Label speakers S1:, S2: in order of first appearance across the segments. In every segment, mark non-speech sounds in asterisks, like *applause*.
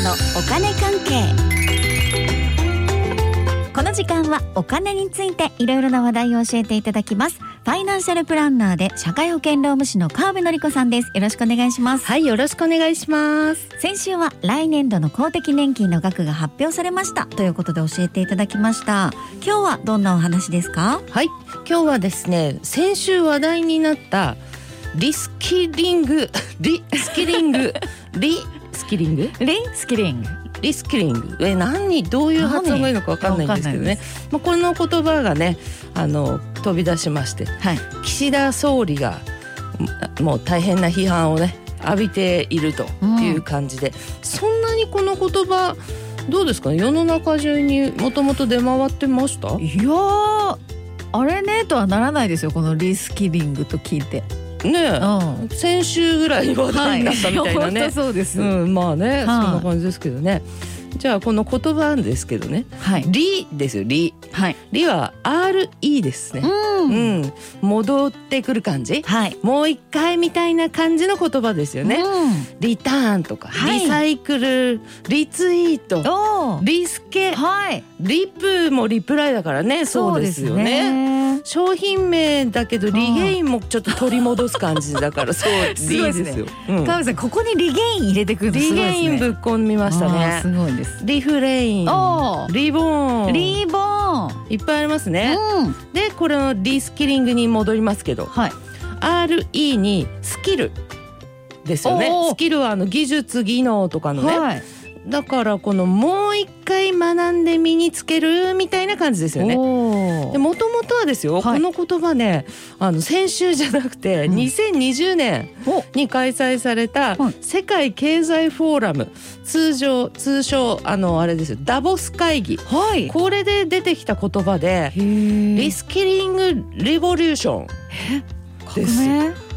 S1: のお金関係この時間はお金についていろいろな話題を教えていただきますファイナンシャルプランナーで社会保険労務士の川辺紀子さんですよろしくお願いします
S2: はい、よろしくお願いします。
S1: 先週は来年度の公的年金の額が発表されましたということで教えていただきました今日はどんなお話ですか
S2: はい、今日はですね、先週話題になったリスキリング、リスキリン *laughs* グ、リスキリング、
S1: リスキリング
S2: リスキリング、え、何どういう発音がいいのかわかんないんですけどね。まあ、この言葉がね、あの飛び出しまして、
S1: はい
S2: 岸田総理がももう大変な批判をね浴びているという感じで、そんなにこの言葉どうですかね世の中中にもともと出回ってました
S3: いやーあれねとはならないですよこのリスキリングと聞いて。
S2: ね
S3: ん
S2: え先週ぐらい話題になったみたいなね、
S3: 本当 *laughs* そうです。
S2: うんまあね、
S3: い
S2: そんな感じですけどねじゃあこの言葉ですけどね
S3: は
S2: 「。り」ですよ「り」
S3: はい。
S2: 「り」は「RE」ですね、
S3: う
S2: うん
S3: ん。
S2: 戻ってくる感じ
S3: はい。
S2: もう一回みたいな感じの言葉ですよね、
S3: うん
S2: リターンとか、
S3: はい
S2: リサイクルリツイート
S3: おー
S2: リスケ
S3: はい。
S2: リプもリプライだからねそうですよね
S3: ね。
S2: 商品名だけどリゲインもちょっと取り戻す感じだから *laughs* そう
S3: すごいですね
S2: リよ、うん
S3: 川口さんここにリゲイン入れてくるの
S2: リ
S3: すごい
S2: ゲ
S3: ですね。
S2: インぶっ込みました
S3: あー
S2: ね
S3: すごいです。
S2: リフレイン
S3: おー
S2: リボーン
S3: リボン。
S2: いっぱいありますね、
S3: うん。
S2: でこれのリスキリングに戻りますけど
S3: はい。
S2: RE にスキルですよね
S3: おー
S2: スキルはあの技術技能とかのね、
S3: はい。
S2: だからこのもう一回学んで身につけるみたいな感じですよね。
S3: お
S2: で
S3: ー
S2: もともとはですよ、
S3: はい
S2: この言葉ねあの先週じゃなくて、
S3: うん
S2: 2020年
S3: お
S2: に開催された
S3: はい
S2: 世界経済フォーラム通常通称あのあれですよダボス会議
S3: はい。
S2: これで出てきた言葉でリ
S3: リ
S2: スキリングレボリューションです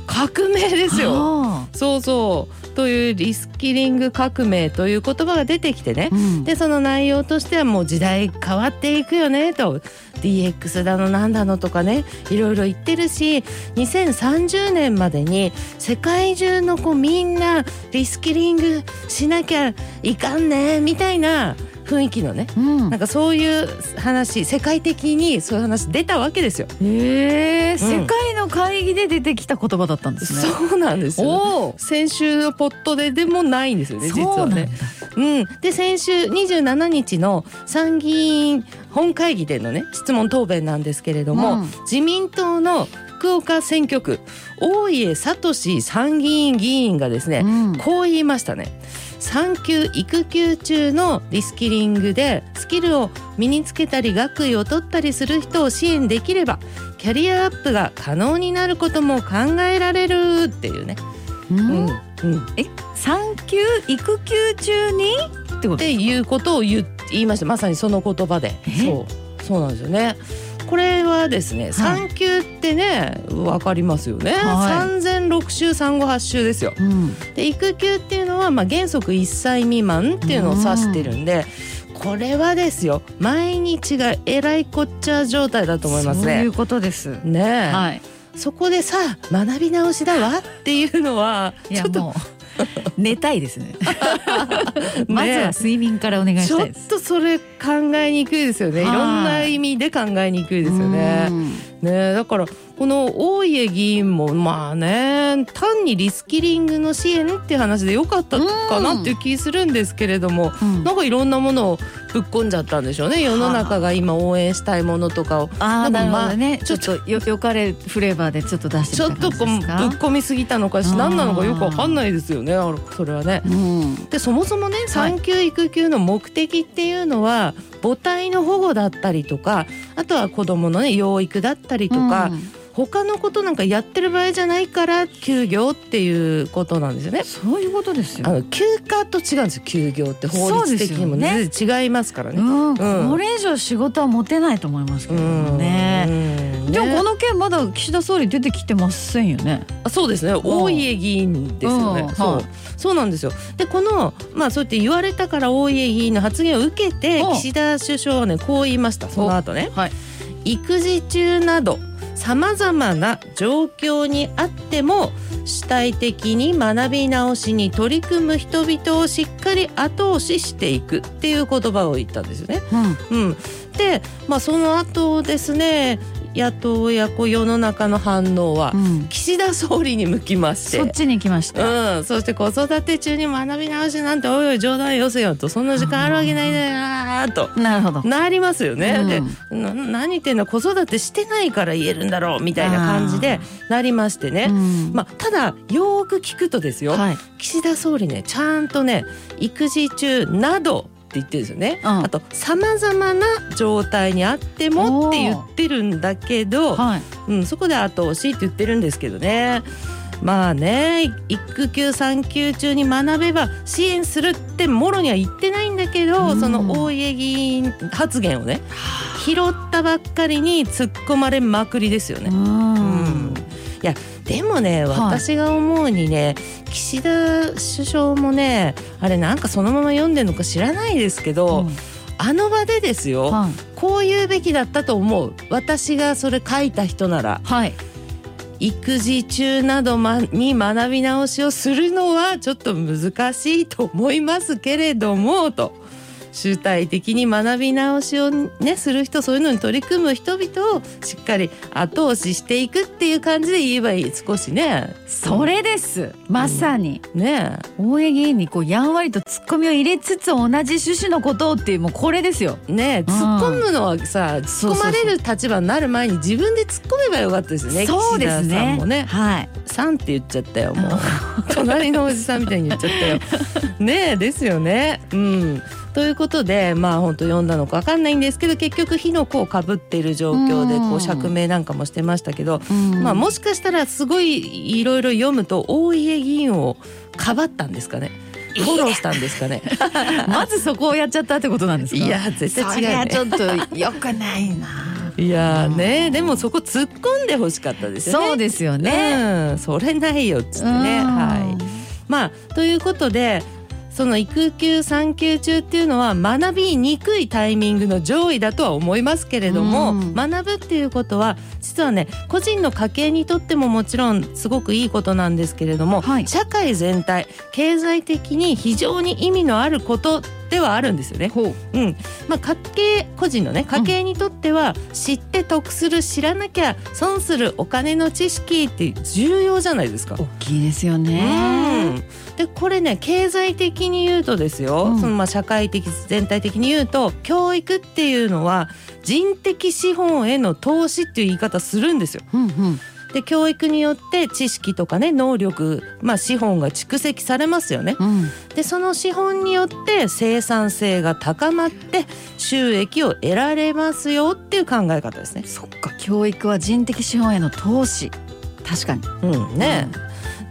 S2: 革命ですよ。
S3: よ。
S2: そうそうというリスキリング革命という言葉が出てきてね
S3: うん
S2: でその内容としてはもう時代変わっていくよねと DX だのなんだのとかねいろいろ言ってるし2030年までに世界中の子みんなリスキリングしなきゃいかんねみたいな雰囲気のね
S3: うん
S2: なんかそういう話世界的にそういう話出たわけですよ。
S3: へえ、
S2: うん
S3: 世界の会議で出てきた言葉だったんですね。
S2: そうなんですよ
S3: おお、
S2: 先週のポットででもないんですよね実
S3: そうな
S2: は
S3: んだ
S2: ね。うん、で先週27日の参議院本会議でのね質問答弁なんですけれども、
S3: うん
S2: 自民党の福岡選挙区大家聡参議院議員がですね、
S3: うん
S2: こう言いましたね産休育休中のリスキリングでスキルを身につけたり学位を取ったりする人を支援できればキャリアアップが可能になることも考えられるっていうね。
S3: うん
S2: うんうん
S3: え、産休育休中にってこと。
S2: っていうことを言う言いましたまさにその言葉で
S3: え
S2: そうそうなんですよねこれはですね産休ってねわかりますよね、
S3: はい
S2: 産前6週産後8週ですよ
S3: うん、
S2: で育休っていうのは、まあ、原則1歳未満っていうのを指してるんでこれはですよ毎日がえらいこっちゃ状態だと思います
S3: そうい
S2: ね
S3: うことです。
S2: ねえ、
S3: はい。
S2: そこでさ学び直しだわっていうのはいち
S3: や
S2: ょっと
S3: もう寝たいですね。
S2: *laughs* ね
S3: まずは睡眠からお願い
S2: ち
S3: した
S2: ょ
S3: い
S2: っ
S3: です。
S2: とそれ考えにくいですよね。い
S3: は
S2: ろ
S3: い
S2: んな意味で考えにくいですよね
S3: う。ん。
S2: ねえだからこの大家議員もまあね単にリスキリングの支援って話でよかったかなっていう気するんですけれども。
S3: うん
S2: なんかいろんなものをぶっこんじゃったんでしょうね世の中が今応援したいものとかを
S3: ああ、
S2: なん
S3: な
S2: か
S3: る
S2: まあ
S3: ほどね。
S2: ち
S3: ち
S2: ょ
S3: ょ
S2: っ
S3: っ
S2: と
S3: とよよかれフレーバーでちょっと出して
S2: ちょっ
S3: みた
S2: と
S3: 感じ
S2: こ
S3: で
S2: うぶっ
S3: すか。
S2: 込みすぎたのかし
S3: うん
S2: 何なのかよくわかんないですよねあのそれはね。
S3: うん。
S2: でそもそもね産休育休の目的っていうのは、母体の保護だったりとかあとは子どもの、ね、養育だったりとか、
S3: うん
S2: 他のことなんかやってる場合じゃないから休業っていうことなんですよね。
S3: そういうことです
S2: あ
S3: よ。
S2: の休暇と違うんですよ休業って法律的にも
S3: そうですよ
S2: 全然違いますから
S3: う
S2: ね。
S3: ん、
S2: うん
S3: これ以上仕事は持てないと思いますけ
S2: う
S3: ど
S2: ん
S3: ね。
S2: うん
S3: でもこ
S2: ね
S3: の件まだ岸田総理出てきてませんよね。
S2: あそうですね大家議員ですよね、
S3: うん
S2: そう
S3: はい
S2: そうなんですよでこのまあそうやって言われたから大家議員の発言を受けて
S3: うん
S2: 岸田首相はねこう言いましたその後ね
S3: はい。
S2: 育児中などさまざまな状況にあっても主体的に学び直しに取り組む人々をしっかり後押ししていくっていう言葉を言ったんですよね。
S1: うん
S2: うん、で、まあ、その後ですね野党やこう世の中の反応は
S1: うん、
S2: 岸田総理に向きまして。
S3: そっちに行きました。
S2: うん、そして子育て中に学び直しなんておいおい冗談よせよとそんな時間あるわけないだよなーと
S3: なるほど。
S2: なりますよね。で
S3: うん
S2: な何言ってんの子育てしてないから言えるんだろうみたいな感じでなりましてね。
S3: うん
S2: まあ、ただよーく聞くとですよ、
S3: はい。
S2: 岸田総理ねちゃんとね育児中などって言ってるんですよね、
S3: うん
S2: あとさまざまな状態にあってもって言ってるんだけど、
S3: はい。
S2: うん、そこで後押しって言ってるんですけどねまあね育休産休中に学べば支援するってもろには言ってないんだけど、
S3: うん
S2: その大家議員発言をね拾ったばっかりに突っ込まれまくりですよね。うんいやでもね私が思うにね、岸田首相もねあれなんかそのまま読んでるのか知らないですけど、あの場でですよ、
S3: はい。
S2: こう言うべきだったと思う私がそれ書いた人なら
S3: はい。
S2: 育児中などまに学び直しをするのはちょっと難しいと思いますけれどもと主体的に学び直しをねする人そういうのに取り組む人々をしっかり後押ししていくっていう感じで言えばいい少しね
S3: それです。まさに。
S2: ね
S3: 大江議員にこうやんわりとツッコミを入れつつ同じ趣旨のことをっていうもうこれですよ。
S2: えねえ突っ込むのはさ
S3: そう
S2: 突っ
S3: そう
S2: 込
S3: そう
S2: まれる立場になる前に自分で突っ込めばよかったですよね
S3: そうです
S2: 岸田さん
S3: ね
S2: もね。 *laughs*
S3: はい。
S2: さんって言っちゃったよもう *laughs* 隣のおじさんみたいに言っちゃった *laughs* よ。ねえですよね。うんということでまあ本当読んだのかわかんないんですけど結局火の粉をかぶっている状況で
S3: う
S2: こ
S3: ん
S2: う釈明なんかもしてましたけど、ま
S3: ま
S2: あ、もしかしたらすごいいろいろ読むと大家議員をかばったんですかねフォローしたんですかね。
S3: まずそこをやっちゃったってことなんですか。
S2: いや絶対
S3: そ
S2: 違う
S3: れ
S2: よ
S3: は
S2: ね
S3: ち。ょっと良くないな。
S2: いやーねでもそこ突っ込んでほしかったですよ
S3: *laughs*
S2: ね。
S3: そうですよね。
S2: ね、うん、それないよっつってね。はいまあ、ということでその育休産休中っていうのは学びにくいタイミングの上位だとは思いますけれども、
S3: うん
S2: 学ぶっていうことは実はね個人の家計にとってももちろんすごくいいことなんですけれども、
S3: はい
S2: 社会全体経済的に非常に意味のあることではあるんですよね。
S3: ほ
S2: うんまあ、家計個人のね家計にとっては知って得する知らなきゃ損するお金の知識って重要じゃないですか
S3: う。。大きいですよ
S2: う
S3: ね。
S2: んでこれね経済的に言うとですよ、
S3: うん
S2: そのまあ社会的全体的に言うと教育っていうのは人的資本への投資っていう言い方するんですよ。
S3: うんうん。
S2: で教育によって知識とかね能力、まあ、資本が蓄積されますよね。
S3: うん。
S2: でその資本によって生産性が高まって収益を得られますよっていう考え方ですね。
S3: そっか教育は人的資本への投資。確かに。
S2: うんね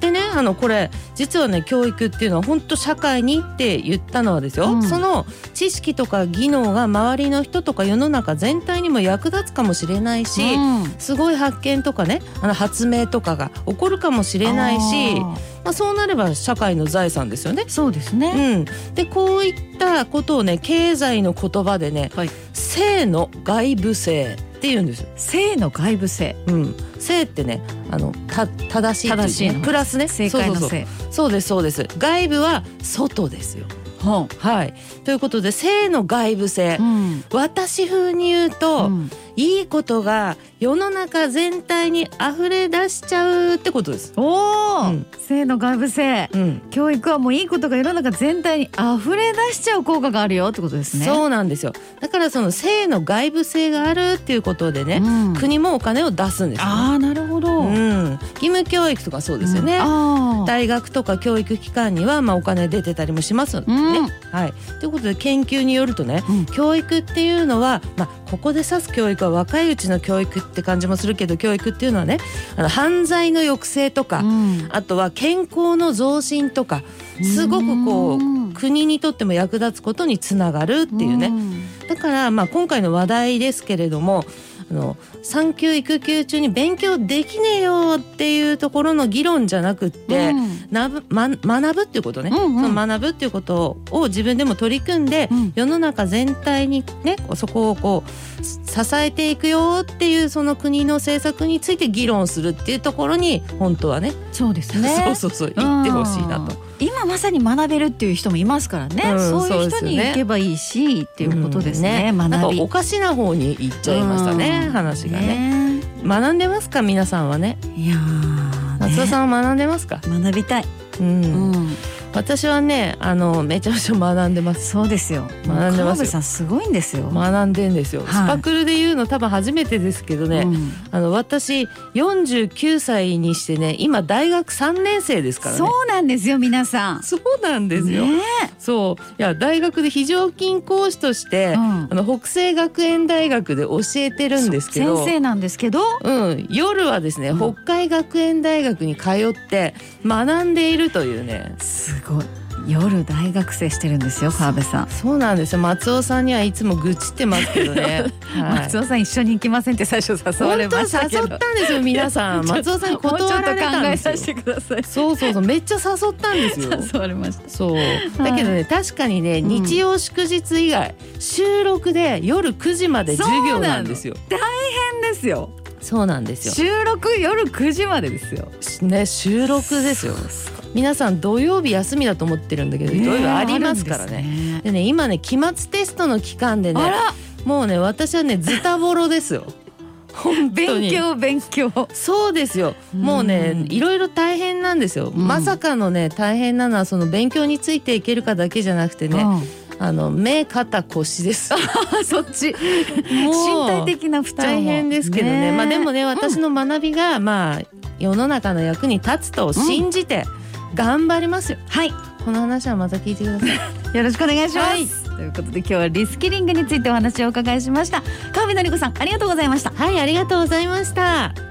S2: でねあのこれ実はね教育っていうのは本当社会にって言ったのはですよ、
S3: うん
S2: その知識とか技能が周りの人とか世の中全体にも役立つかもしれないし、
S3: うん
S2: すごい発見とかねあの発明とかが起こるかもしれないし
S3: あー
S2: まあ、そうなれば社会の財産ですよね。
S3: そうですね。
S2: うん、でこういったことをね経済の言葉でね、
S3: はい
S2: 性の外部性って言うんですよ。
S3: 性の外部性。
S2: うん、性ってねあのた正しいっていうね
S3: 正しいの
S2: プラスね
S3: 正解の
S2: そうそうそう
S3: 性。
S2: そうですそうです外部は外ですよ。
S3: ほう
S2: はいということで性の外部性、
S3: うん。
S2: 私風に言うと、
S3: うん
S2: いいことが世の中全体に溢れ出しちゃうってことです。
S3: おお、
S2: うん
S3: 性の外部性
S2: うん
S3: 教育はもういいことが世の中全体に溢れ出しちゃう効果があるよってことですね。
S2: そうなんですよだからその性の外部性があるっていうことでね、
S3: うん
S2: 国もお金を出すんですよ、
S3: ああなるほど。
S2: うん、義務教育とかそうですよね、
S3: ああ。
S2: 大学とか教育機関にはまあお金出てたりもしますよね、
S3: うん
S2: はい、ということで研究によるとね、
S3: うん
S2: 教育っていうのは、まあ、ここで指す教育は若いうちの教育って感じもするけど教育っていうのはねあの犯罪の抑制とか、
S3: うん
S2: あとは健康の増進とかすごくこう、
S3: うん
S2: 国にとっても役立つことにつながるっていうね、
S3: ん
S2: だからまあ今回の話題ですけれどもあの産休育休中に勉強できねえよっていうところの議論じゃなくって、
S1: うん
S2: なぶま学ぶっていうことね、
S1: うんうん
S2: その学ぶっていうことを自分でも取り組んで、
S1: うん
S2: 世の中全体にねこうそこをこうす支えていくよっていうその国の政策について議論するっていうところに本当はね
S3: そうですね
S2: *laughs* そうそうそう言ってほしいなと。
S3: 今まさに学べるっていう人もいますからね、
S2: うん
S3: そう
S2: そ
S3: いうう
S2: です
S3: 人
S2: よ
S3: に
S2: ね
S3: 行けばいいしっていうことですね,、
S2: うんなん
S3: 学
S2: か
S3: び
S2: おかしな方に行っちゃいましたね、
S3: うん
S2: 話がね
S3: ね
S2: 学んでますか皆さんはね
S3: いやー
S2: 松田
S3: ね
S2: さんは学んでますか、
S1: 学びたい、
S2: うん
S3: うん、
S2: 私はねあのめちゃめちゃ学んでます
S3: そうですよ
S2: 学んでますよ
S3: 川辺さんすごいんですよ、
S2: 学んでんですよ、
S3: はい
S2: スパクルで言うの多分初めてですけどね、
S3: うん
S2: あの私49歳にしてね今大学3年生ですからね
S3: そうなんですよ皆さん
S2: そうなんですよ、
S3: ね
S2: そういや大学で非常勤講師として、
S3: うん
S2: あの北西学園大学で教えてるんですけ
S3: 先
S2: ど
S3: 生なんですけど
S2: うん、夜はですね、
S3: うん
S2: 北海学園大学に通って学んでいるというね
S3: すごい夜大学生してるんですよ川辺さん、
S2: そうなんですよ松尾さんにはいつも愚痴ってますけど *laughs* ね、はい
S3: 松尾さん一緒に行きませんって最初誘われ
S2: 本当
S3: ま
S2: に
S3: したけ
S2: 誘
S3: ど
S2: ったんですよ皆 *laughs* さん松尾さんに断られたんです
S3: も
S2: よ
S3: うちょっと考えさせてください
S2: そうそうそうめっちゃ *laughs* 誘ったんですよ
S3: 誘われました
S2: そうだけどね確かにね
S3: ん
S2: 日曜祝日以外収録で夜9時まで授業なんですよ
S3: 変ですよ
S2: そうなんですよ
S3: 収録夜9時までですよ
S2: ね収録ですよ皆さん土曜日休みだと思ってるんだけどいろいろありますからね
S3: ね
S2: でね今ね期末テストの期間で
S3: あ
S2: ね
S3: ら
S2: もうね私はねズタボロですよ *laughs* 本当
S3: 勉
S2: に
S3: 強勉強
S2: そうですよもうね
S3: うん
S2: いろいろ大変なんですよ、
S3: ん
S2: まさかのね大変なのはその勉強についていけるかだけじゃなくてね、あの目肩腰です
S3: うんそっち
S2: もう
S3: 身体的な負担も
S2: 大変ですけどね
S3: え
S2: まあでもね私の学びが、まあ世の中の役に立つと信じて頑張りますよ、
S3: はい
S2: この話はまた聞いてください
S3: よろしくお願いします、
S2: はい
S3: ということで今日はリスキリングについてお話をお伺いしました川辺典子さんありがとうございました
S2: はいありがとうございました